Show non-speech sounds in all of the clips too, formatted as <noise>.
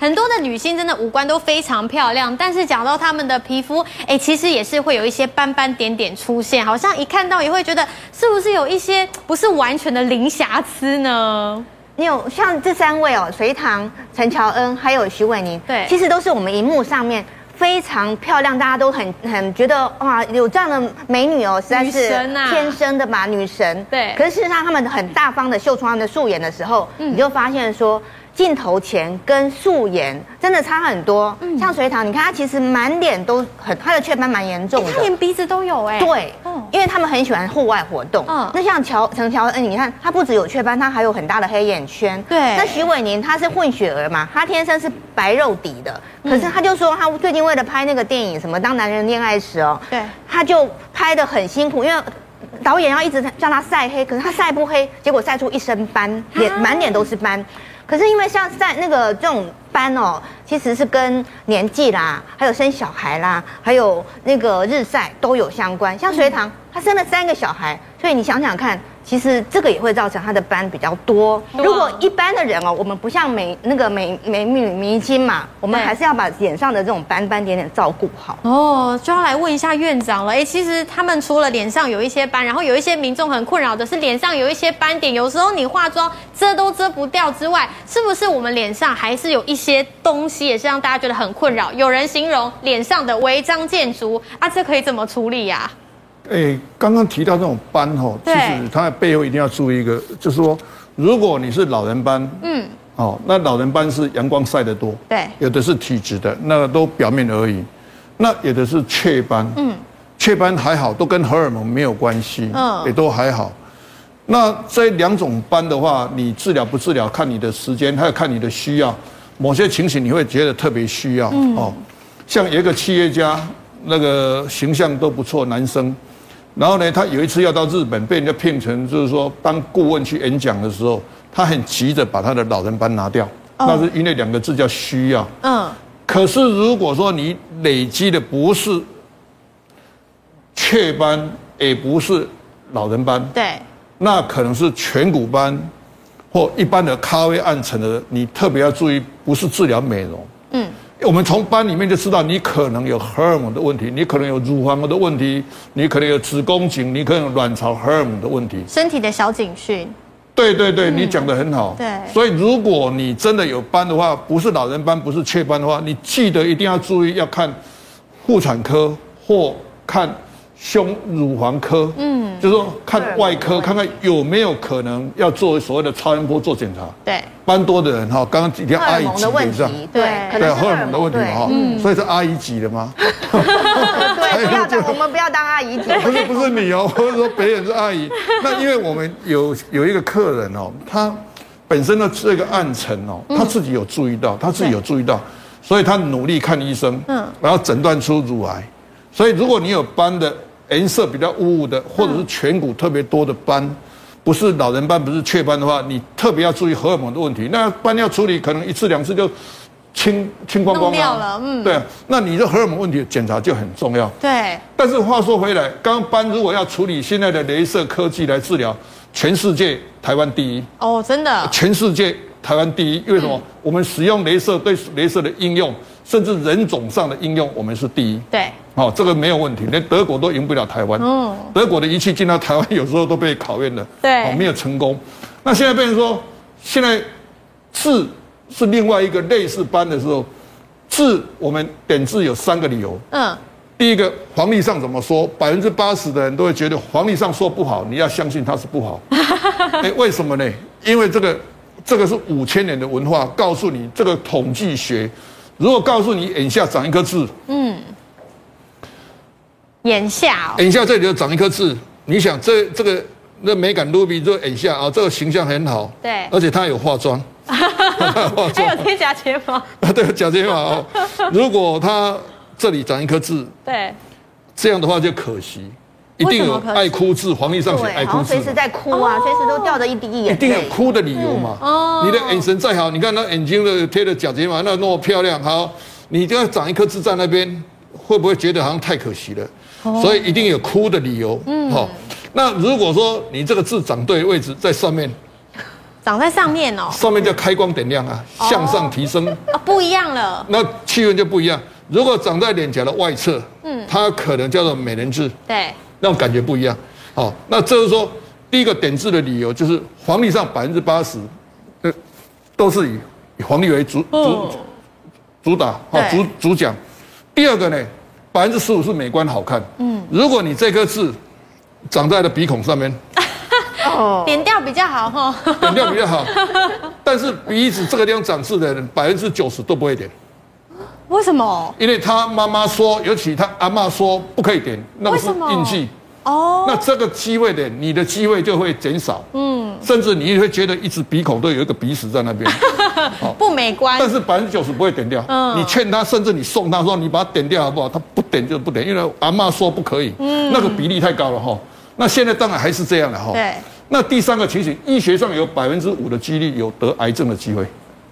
很多的女星真的五官都非常漂亮，但是讲到她们的皮肤，哎，其实也是会有一些斑斑点点出现，好像一看到也会觉得是不是有一些不是完全的零瑕疵呢？你有像这三位哦，隋唐、陈乔恩还有徐伟宁，对其实都是我们荧幕上面非常漂亮，大家都很很觉得哇，有这样的美女哦，实在女是神啊天生的吧，女神。对嗯可是事实上，他们很大方的秀出他们的素颜的时候，你就发现说。镜头前跟素颜真的差很多，嗯像隋唐，你看她其实满脸都很，她的雀斑蛮严重的，她连鼻子都有哎，对嗯，因为他们很喜欢户外活动。嗯那像乔陈乔恩，你看他不只有雀斑，他还有很大的黑眼圈。对那徐伟宁他是混血儿嘛，他天生是白肉底的，可是他就说他最近为了拍那个电影什么《当男人恋爱时》哦，对他就拍的很辛苦，因为。导演要一直让他晒黑，可是他晒不黑，结果晒出一身斑，脸满脸都是斑。可是因为像晒那个这种斑哦，其实是跟年纪啦，还有生小孩啦，还有那个日晒都有相关。像隋唐，她生了三个小孩，所以你想想看，其实这个也会造成她的斑比较多。哇如果一般的人哦，我们不像美那个美美女明星嘛，我们对还是要把脸上的这种斑斑点点照顾好。哦，就要来问一下院长了。哎，其实他们除了脸上有一些斑，然后有一些民众很困扰的是脸上有一些斑点，有时候你化妆遮都遮不掉之外，是不是我们脸上还是有一些东西也是让大家觉得很困扰？有人形容脸上的违章建筑啊，这可以怎么处理呀、诶，刚刚提到这种斑吼，其对实它的背后一定要注意一个，就是说，如果你是老人斑，嗯，哦，那老人斑是阳光晒得多，对有的是体质的，那个都表面而已，那有的是雀斑，嗯，雀斑还好，都跟荷尔蒙没有关系，嗯嗯，也都还好。那这两种斑的话，你治疗不治疗，看你的时间，还有看你的需要。某些情形你会觉得特别需要、哦，像有一个企业家，那个形象都不错，男生。然后呢，他有一次要到日本，被人家骗成就是说当顾问去演讲的时候，他很急着把他的老人斑拿掉，那是因为两个字叫需要。嗯，可是如果说你累积的不是雀斑，也不是老人斑，对，那可能是颧骨斑或一般的咖啡暗沉的，你特别要注意，不是治疗美容。嗯，我们从斑里面就知道，你可能有荷尔蒙的问题，你可能有乳房的问题，你可能有子宫颈，你可能有卵巢荷尔蒙的问题。身体的小警讯，对对对，嗯你讲的很好。对所以如果你真的有斑的话，不是老人斑，不是雀斑的话，你记得一定要注意，要看妇产科或看胸乳房科。嗯，就是说看外科，看看有没有可能要做所谓的超音波做检查。对，斑多的人哈，刚刚提到荷阿尔姨蒙级的问这样。题，对可能对是荷尔蒙的问题对嘛哈，所以是阿姨级的吗？ <laughs> 对，不要当我们不要当阿姨 <laughs> 姐。不是不是你哦，我是说别人是阿姨。那因为我们有有一个客人哦，他本身的这个暗沉哦，嗯他自己有注意到，他自己有注意到，所以他努力看医生，嗯，然后诊断出乳癌。所以如果你有斑的颜色比较雾雾的，或者是颧骨特别多的斑。不是老人斑，不是雀斑的话，你特别要注意荷尔蒙的问题。那斑要处理，可能一次两次就清清光弄光掉了嗯对啊，那你的荷尔蒙问题检查就很重要。对，但是话说回来，刚刚斑如果要处理现在的镭射科技来治疗，全世界台湾第一，哦，真的，全世界台湾第一。为什么？我们使用镭射对镭射的应用，甚至人种上的应用，我们是第一。对，哦，这个没有问题，连德国都赢不了台湾。嗯德国的仪器进到台湾，有时候都被考验了，对哦，没有成功。那现在变成说，现在治是另外一个类似斑的时候，治我们点痣有三个理由。嗯，第一个，黄历上怎么说？百分之八十的人都会觉得黄历上说不好，你要相信它是不 <laughs> 好。哎，为什么呢？因为这个，这个是五千年的文化，告诉你这个统计学。如果告诉你眼下长一颗痣，哦眼下、哦，眼下这里就长一颗痣，你想这这个那美感卢比这眼下啊，这个形象很好，对而且他有化妆， <laughs> 他有化还妆有贴假睫毛，啊，对，假睫 <laughs> 毛哦。如果他这里长一颗痣，对，这样的话就可惜，一为定有什么可惜爱哭痣，黄历上写爱对，好像哭痣随时。在哭啊，随时都掉着一滴一眼定有泪。哭的理由嘛？哦你的眼神再好，你看他眼睛的贴的假睫毛那那么漂亮，好，你就要长一颗痣在那边，会不会觉得好像太可惜了？哦所以一定有哭的理由。嗯，好，那如果说你这个痣长对位置在上面，长在上面哦，上面叫开光点亮啊，向上提升。啊不一样了，那气温就不一样。如果长在脸颊的外侧，嗯，它可能叫做美人痣，对，那种感觉不一样。好，那这是说第一个点痣的理由，就是黄历上百分之八十，呃，都是以以黄历为主主哦，主打啊对主主讲。第二个呢，百分之十五是美观好看。嗯，如果你这颗痣长在了鼻孔上面，哦，扁掉比较好哈、点掉比较好，但是鼻子这个地方长痣的人，百分之九十都不会点。 <laughs> 为什么？因为他妈妈说，尤其他阿嬷说不可以点，那个是为什么印记。哦，那这个机会点，你的机会就会减少，嗯，甚至你会觉得一直鼻孔都有一个鼻屎在那边，不美观但，是百分之九十不会点掉。你劝他，甚至你送他说你把它点掉好不好？他不点就不点，因为阿嬷说不可以，那个比例太高了哈。那现在当然还是这样了哈。对。那第三个情形，医学上有百分之五的几率有得癌症的机会。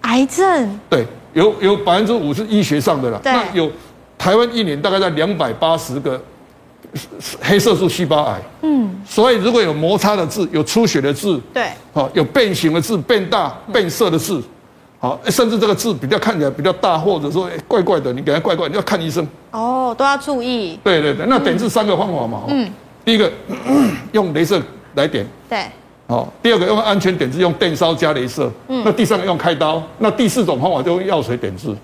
癌症对，有有百分之五是医学上的啦。对那有台湾一年大概在两百八十个黑色素细胞癌。嗯，所以如果有摩擦的痣，有出血的痣，对，好、有变形的痣、变大、变色的痣，好、甚至这个痣比较看起来比较大，或者说、哎怪怪的，你给它怪怪，你要看医生。哦都要注意，对对对，那点痣三个方法嘛。嗯，第一个 <clears throat> 用镭射来点。对，好、第二个用安全点痣，用电烧加镭射。嗯，那第三个用开刀，那第四种方法就用药水点痣。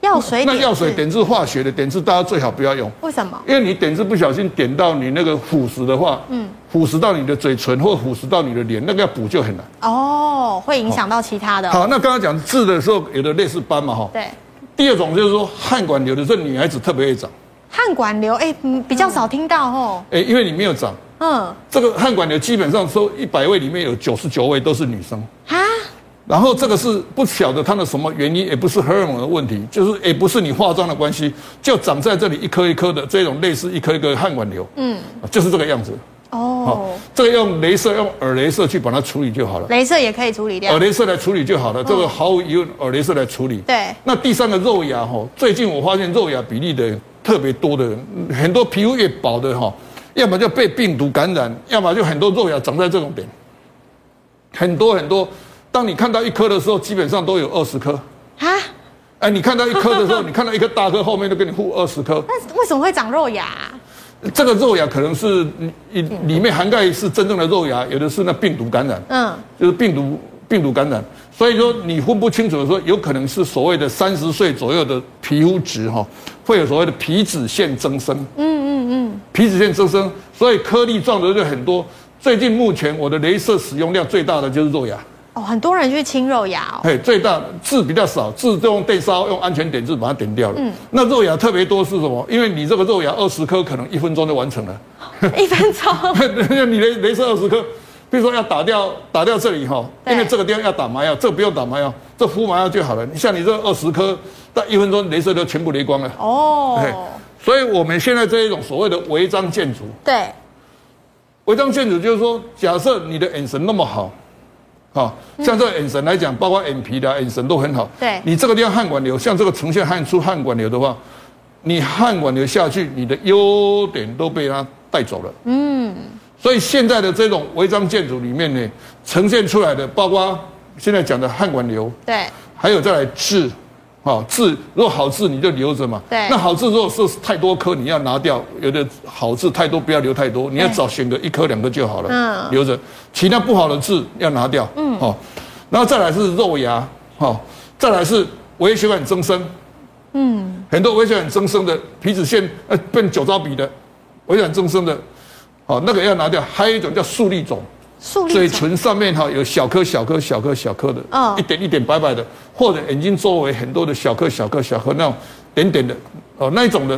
药水那点药水痣点痣化学的点痣，大家最好不要用，为什么？因为你点痣不小心点到你那个腐蚀的话，嗯，腐蚀到你的嘴唇或腐蚀到你的脸，那个要补就很难。哦，会影响到其他的，好，那刚刚讲痣的时候，有的类似斑嘛，哈。对，第二种就是说汗管瘤的时候，女孩子特别会长，汗管瘤哎、嗯比较少听到哦，哎，因为你没有长。嗯这个汗管瘤基本上说一百位里面有九十九位都是女生，啊然后这个是不晓得它的什么原因，也不是荷尔蒙的问题，就是也不是你化妆的关系，就长在这里一颗一颗的这种类似一颗一颗的汗管瘤，嗯，就是这个样子。哦，这个用镭射、用耳镭射去把它处理就好了，镭射也可以处理掉耳，镭射来处理就好了。这个毫无疑问，耳镭射来处理。哦对那第三个肉芽哈，最近我发现肉芽比例的特别多的人，嗯很多皮肤越薄的哈，要么就被病毒感染，要么就很多肉芽长在这种点，很多很多。当你看到一颗的时候，基本上都有二十颗。啊，哎，你看到一颗的 <laughs> 时候，你看到一颗大颗，后面都给你护二十颗。那为什么会长肉芽啊、这个肉芽可能是里里面涵盖是真正的肉芽，有的是那病毒感染。嗯，就是病毒病毒感染。所以说你分不清楚的时候，有可能是所谓的三十岁左右的皮肤值哈，会有所谓的皮脂腺增生。嗯嗯嗯，皮脂腺增生，所以颗粒状的就很多。最近目前我的镭射使用量最大的就是肉芽，哦，很多人去清肉芽 <laughs> 哦，嘿，最大痣比较少，痣都用电烧用安全点痣把它点掉了。嗯，那肉芽特别多是什么？因为你这个肉芽二十颗可能一分钟就完成了。一分钟 <laughs> 你雷雷射二十颗，比如说要打掉打掉这里哈，对因为这个地方要打麻药，这个不用打麻药，这敷麻药就好了。你像你这二十颗，但一分钟雷射就全部雷光了。嘿哦，所以我们现在这一种所谓的违章建筑，对，违章建筑就是说，假设你的眼神那么好，啊，像这个眼神来讲，包括眼皮的啊眼神都很好。对你这个地方汗管瘤，像这个呈现汗出汗管瘤的话，你汗管瘤下去，你的优点都被它带走了。嗯，所以现在的这种违章建筑里面呢，呈现出来的，包括现在讲的汗管瘤，对，还有再来痣，啊、痣如果好痣你就留着嘛。对那好痣如果是太多颗，你要拿掉。有的好痣太多，不要留太多，你要找选个一颗两颗就好了，嗯留着。其他不好的痣要拿掉，嗯，哦，然后再来是肉芽，哦，再来是微血管增生，嗯，很多微血管增生的皮脂腺呃变酒糟鼻的，微血管增生的，哦，那个要拿掉。还有一种叫粟粒肿，树立嘴种唇上面哈有小颗小颗小颗小颗的，嗯一点一点白白的，或者眼睛周围很多的小颗小颗小颗那种点点的，哦那一种的，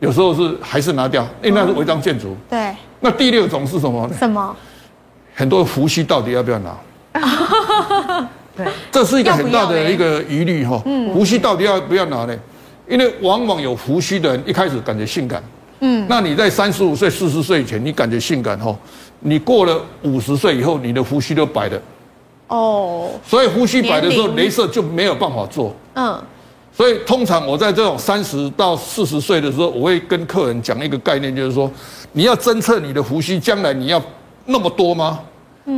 有时候是还是拿掉，因为那是违章建筑。对那第六种是什么呢？什么？很多胡须到底要不要拿？对，这是一个要不很大要的嘞一个疑虑哈。胡须到底要不要拿呢？因为往往有胡须的人一开始感觉性感，嗯，那你在三十五岁、四十岁以前你感觉性感哈，你过了五十岁以后，你的胡须都白了。哦，所以呼吸摆的时候，年龄镭射就没有办法做。嗯，所以通常我在这种三十到四十岁的时候，我会跟客人讲一个概念，就是说，你要侦嗯测你的胡须，将来你要那么多吗？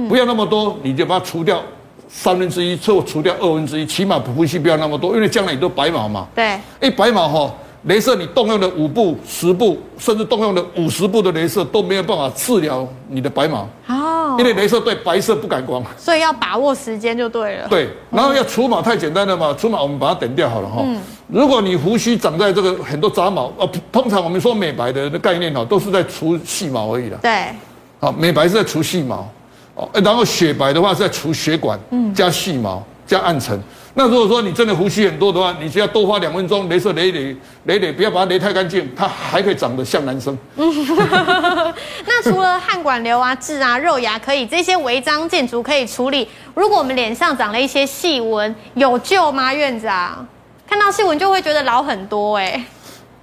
不要那么多，你就把它除掉三分之一，最后除掉二分之一，起码呼吸不要那么多，因为将来你都白毛嘛。对，一白毛哈、镭射你动用了五步、十步，甚至动用了五十步的镭射都没有办法治疗你的白毛，哦因，为镭射对白色不感光。所以要把握时间就对了。 <laughs> 对，然后要除毛太简单了嘛，除毛我们把它等掉好了哈、如果你胡须长在这个很多杂毛，呃，通常我们说美白的概念哈，都是在除细毛而已啦。对，好，美白是在除细毛，哦，呃然后雪白的话是在除血管，加细毛加暗沉。那如果说你真的胡须很多的话，你只要多花两分钟，镭射雷雷雷雷，不要把它雷太干净，它还可以长得像男生。那除了汗管瘤啊、痣啊、肉芽可以这些违章建筑可以处理，如果我们脸上长了一些细纹，有救吗？院长，看到细纹就会觉得老很多哎、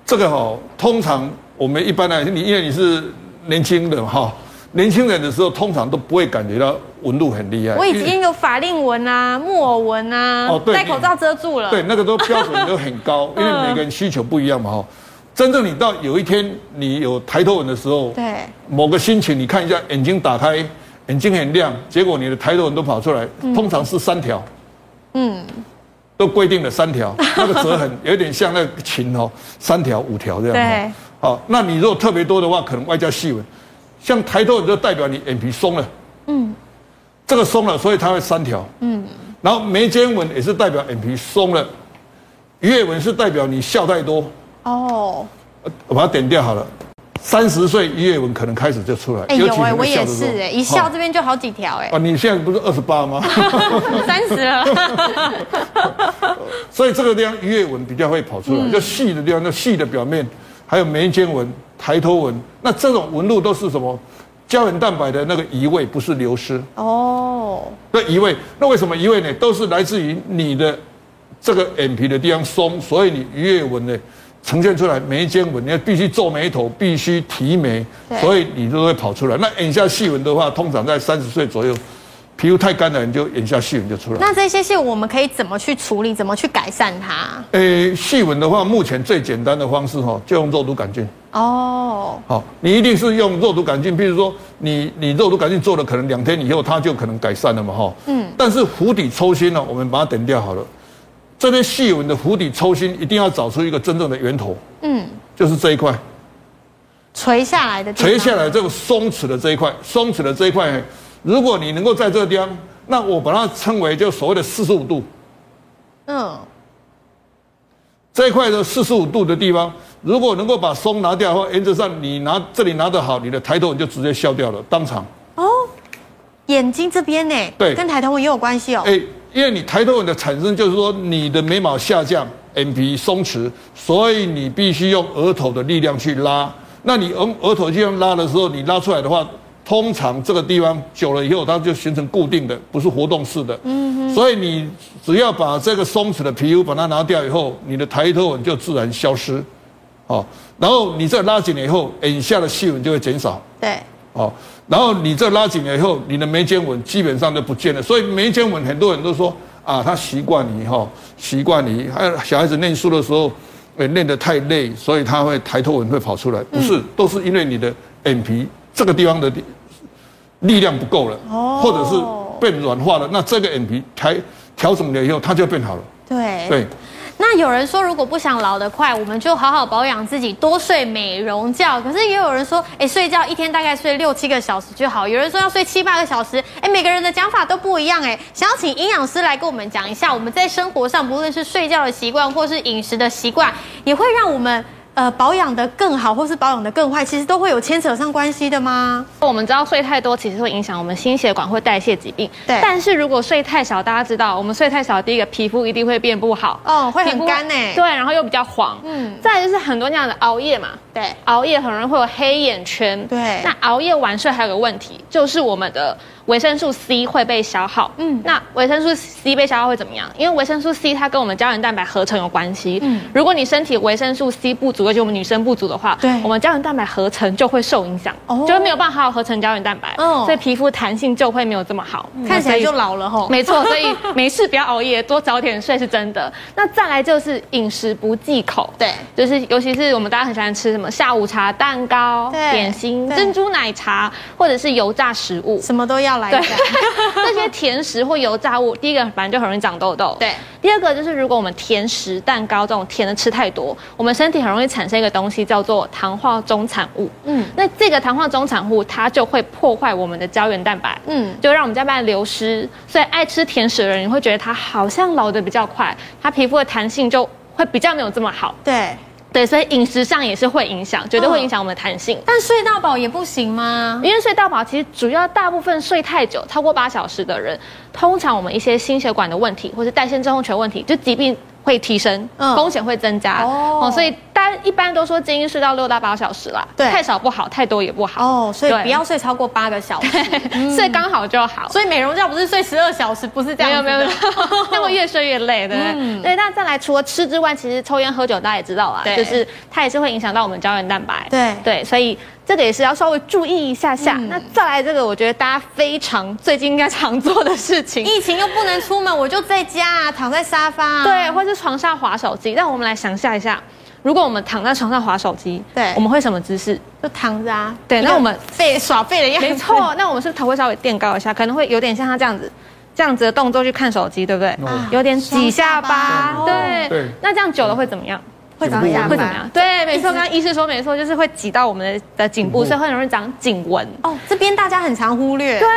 这个哈、通常我们一般来，你因为你是年轻人哈、年轻人的时候通常都不会感觉到纹路很厉害。我已因为经有法令纹啊、木偶纹啊，哦对戴口罩遮住了。对，那个都标准都很 <laughs> 高，因为每个人需求不一样嘛哈、真正你到有一天你有抬头纹的时候，对某个心情，你看一下，眼睛打开，眼睛很亮，结果你的抬头纹都跑出来，通常是三条，嗯，都规定了三 <laughs> 条，那个折痕有点像那个琴哦，三条五条这样。哦对，好，那你如果特别多的话，可能外加细纹，像抬头纹就代表你眼皮松了，嗯，这个松了，所以它会三条，嗯，然后眉间纹也是代表眼皮松了，鱼尾纹是代表你笑太多，哦，呃我把它点掉好了。三十岁鱼尾纹可能开始就出来，哎、尤有其哎、你我笑也的是时候哎、一笑哦这边就好几条哎、 <laughs> 啊，你现在不是二十 <laughs> 八吗？ <laughs> 三十了，所以这个地方鱼尾纹比较会跑出来，嗯就细的地方，就细的表面，还有眉间纹、抬头纹，那这种纹路都是什么？胶原蛋白的那个移位，不是流失。哦，那移位，那为什么移位呢？都是来自于你的这个眼皮的地方松，所以你鱼尾纹呢呈现出来，眉间纹你要必须皱眉头，必须提眉对，所以你就会跑出来。那眼下细纹的话，通常在三十岁左右，皮肤太干了，你就眼下细纹就出来了。那这些线我们可以怎么去处理？怎么去改善它？诶，细纹的话，目前最简单的方式哈、就用肉毒杆菌。哦，好、你一定是用肉毒杆菌，譬如说你你肉毒杆菌做了，可能两天以后它就可能改善了嘛哈、嗯。但是釜底抽薪呢、我们把它等掉好了。这边细纹的釜底抽薪，一定要找出一个真正的源头，嗯，就是这一块垂下来的地方垂下来这个松弛的这一块，松弛的这一块，如果你能够在这个地方，那我把它称为就所谓的四十五度。嗯，这一块的四十五度的地方，如果能够把松拿掉的话，原则上你拿这里拿得好，你的抬头纹就直接消掉了，当场。哦，眼睛这边呢，对跟抬头纹也有关系哦。哎、因为你抬头纹的产生，就是说你的眉毛下降，眼皮松弛，所以你必须用额头的力量去拉。那你用额头这样拉的时候，你拉出来的话，通常这个地方久了以后，它就形成固定的，不是活动式的。嗯，所以你只要把这个松弛的皮肤把它拿掉以后，你的抬头纹就自然消失。哦，然后你再拉紧了以后，眼下的细纹就会减少。对，哦，然后你这拉紧了以后，你的眉间纹基本上就不见了。所以眉间纹很多人都说啊，他习惯你哈，习惯你。还有小孩子念书的时候，呃，练得太累，所以他会抬头纹会跑出来。嗯不是，都是因为你的眼皮这个地方的力力量不够了，哦或者是被软化了。那这个眼皮调调整了以后，它就变好了。对，对。那有人说，如果不想老得快，我们就好好保养自己，多睡美容觉。可是也有人说，哎，睡觉一天大概睡六七个小时就好。有人说要睡七八个小时，哎，每个人的讲法都不一样，哎，想要请营养师来跟我们讲一下，我们在生活上，不论是睡觉的习惯，或是饮食的习惯，也会让我们呃保养得更好，或是保养得更坏，其实都会有牵扯上关系的吗？我们知道睡太多其实会影响我们心血管或代谢疾病，对但是如果睡太少，大家知道，我们睡太少，第一个皮肤一定会变不好，哦会很皮肤干欸对，然后又比较黄。嗯嗯，再来就是很多那样的熬夜嘛，对熬夜很容易会有黑眼圈。对那熬夜晚睡还有个问题，就是我们的维生素 C 会被消耗。嗯嗯，那维生素 C 被消耗会怎么样？因为维生素 C 它跟我们胶原蛋白合成有关系。嗯，如果你身体维生素 C 不足，尤其我们女生不足的话，对我们胶原蛋白合成就会受影响，哦就会没有办法好好合成胶原蛋白，嗯所以皮肤弹性就会没有这么好。嗯看起来所以就老了吼。 <laughs> 没错，所以没事不要熬夜，多早点 <laughs> 睡是真的。那再来就是饮食不忌口，对就是尤其是我们大家很喜欢吃什么下午茶、蛋糕、对点心、对珍珠奶茶，或者是油炸食物。什么都要来对 <laughs> 一下。，这些甜食或油炸物，第一个反正就很容易长痘痘。对，第二个就是如果我们甜食、蛋糕这种甜的吃太多，我们身体很容易产生一个东西叫做糖化中产物。嗯嗯，那这个糖化中产物它就会破坏我们的胶原蛋白，嗯嗯，就让我们胶原蛋白流失。所以爱吃甜食的人，你会觉得他好像老得比较快，他皮肤的弹性就会比较没有这么好。嗯对，对，所以饮食上也是会影响，绝对会影响我们的弹性。但睡到饱也不行吗？因为睡到饱，其实主要大部分睡太久，超过八小时的人，通常我们一些心血管的问题，或是代谢症候群问题，就疾病会提升，嗯风险会增加。哦哦，所以大家一般都说建议睡到六到八小时啦，对太少不好，太多也不好。哦，所以对不要睡超过八个小时。睡刚好就好。 <laughs> 所以美容觉不是睡十二小时，不是这没样有子的。嗯没有，没有 <laughs> <laughs> 那会越睡越累，对不对？对，那再来，除了吃之外，其实抽烟喝酒大家也知道啊对，就是它也是会影响到我们胶原蛋白。对嗯对，所以这个也是要稍微注意一下下。那再来这个，我觉得大家非常最近应该常做的事 <laughs> 情。疫情又不能出门，我就在家啊，躺在沙发、啊。对，或是床上划手机。让我们来想象一下，如果我们躺在床上划手机，对我们会什么姿势？就躺着啊。对一个那我们废耍废的样子。 <laughs> 没错，那我们是不是头会稍微垫高一下，可能会有点像他这样子。这样子的动作去看手机，对不对？嗯有点挤下双下巴，巴对。对那这样久了会怎么样？会怎么样？会怎么样？对，没错，刚刚医师说没错，就是会挤到我们的的颈颈部，部所以会容易长颈纹。 <laughs> 哦，这边大家很常忽略。对，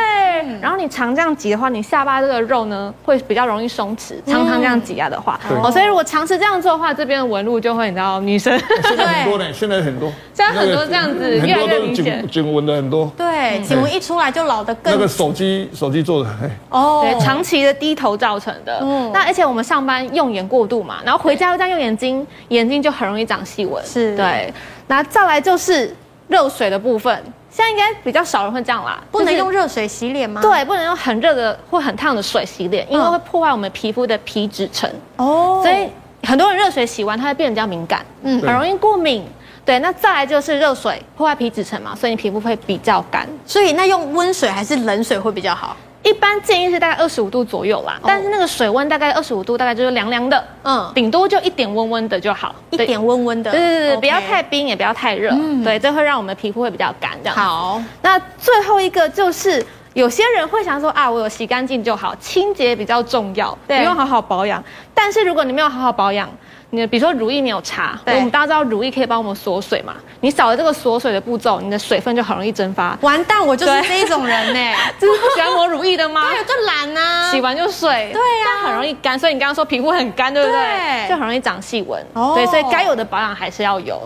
然后你常这样挤的话，你下巴这个肉呢会比较容易松弛。常常这样挤压的话，对哦，所以如果长期这样做的话，这边的纹路就会，你知道，女生 <laughs> 现在很多呢，现在很多，现在很多这样子那个越很来越多都明显颈颈纹的很多，对，颈纹一出来就老得那个更手机手机做的，哎哦对长期的低头造成的。嗯那而且我们上班用眼过度嘛，然后回家又这样用眼睛，眼睛就很容易长细纹。是对，那再来就是热水的部分，现在应该比较少人会这样啦，不能就是用热水洗脸吗？对，不能用很热的或很烫的水洗脸，因为嗯会破坏我们皮肤的皮脂层，哦，所以很多人热水洗完，它会变得比较敏感，嗯嗯，很容易过敏。对，那再来就是热水破坏皮脂层嘛，所以你皮肤会比较干。所以那用温水还是冷水会比较好？一般建议是大概二十五度左右啦，但是那个水温大概二十五度，大概就是凉凉的，哦嗯嗯，顶多就一点温温的就好，一对点温温的，对对对对 OK 嗯不要太冰，也不要太热，对，这会让我们皮肤会比较干 <laughs> 这样。，好。那最后一个就是。有些人会想说啊，我有洗干净就好，清洁比较重要，对不用好好保养。但是如果你没有好好保养，你的比如说乳液没有擦，我对们大家知道乳液可以帮我们锁水嘛，你少了这个锁水的步骤，你的水分就很容易蒸 <laughs> 发。完蛋，我就是对这一种人呢、 <laughs> 哎这是不喜欢抹乳液的吗？对，我就懒呐、洗完就睡，啊对啊但很容易干，所以你刚刚说皮肤很干，对不对？对就很容易长细纹，哦对，所以该有的保养还是要有。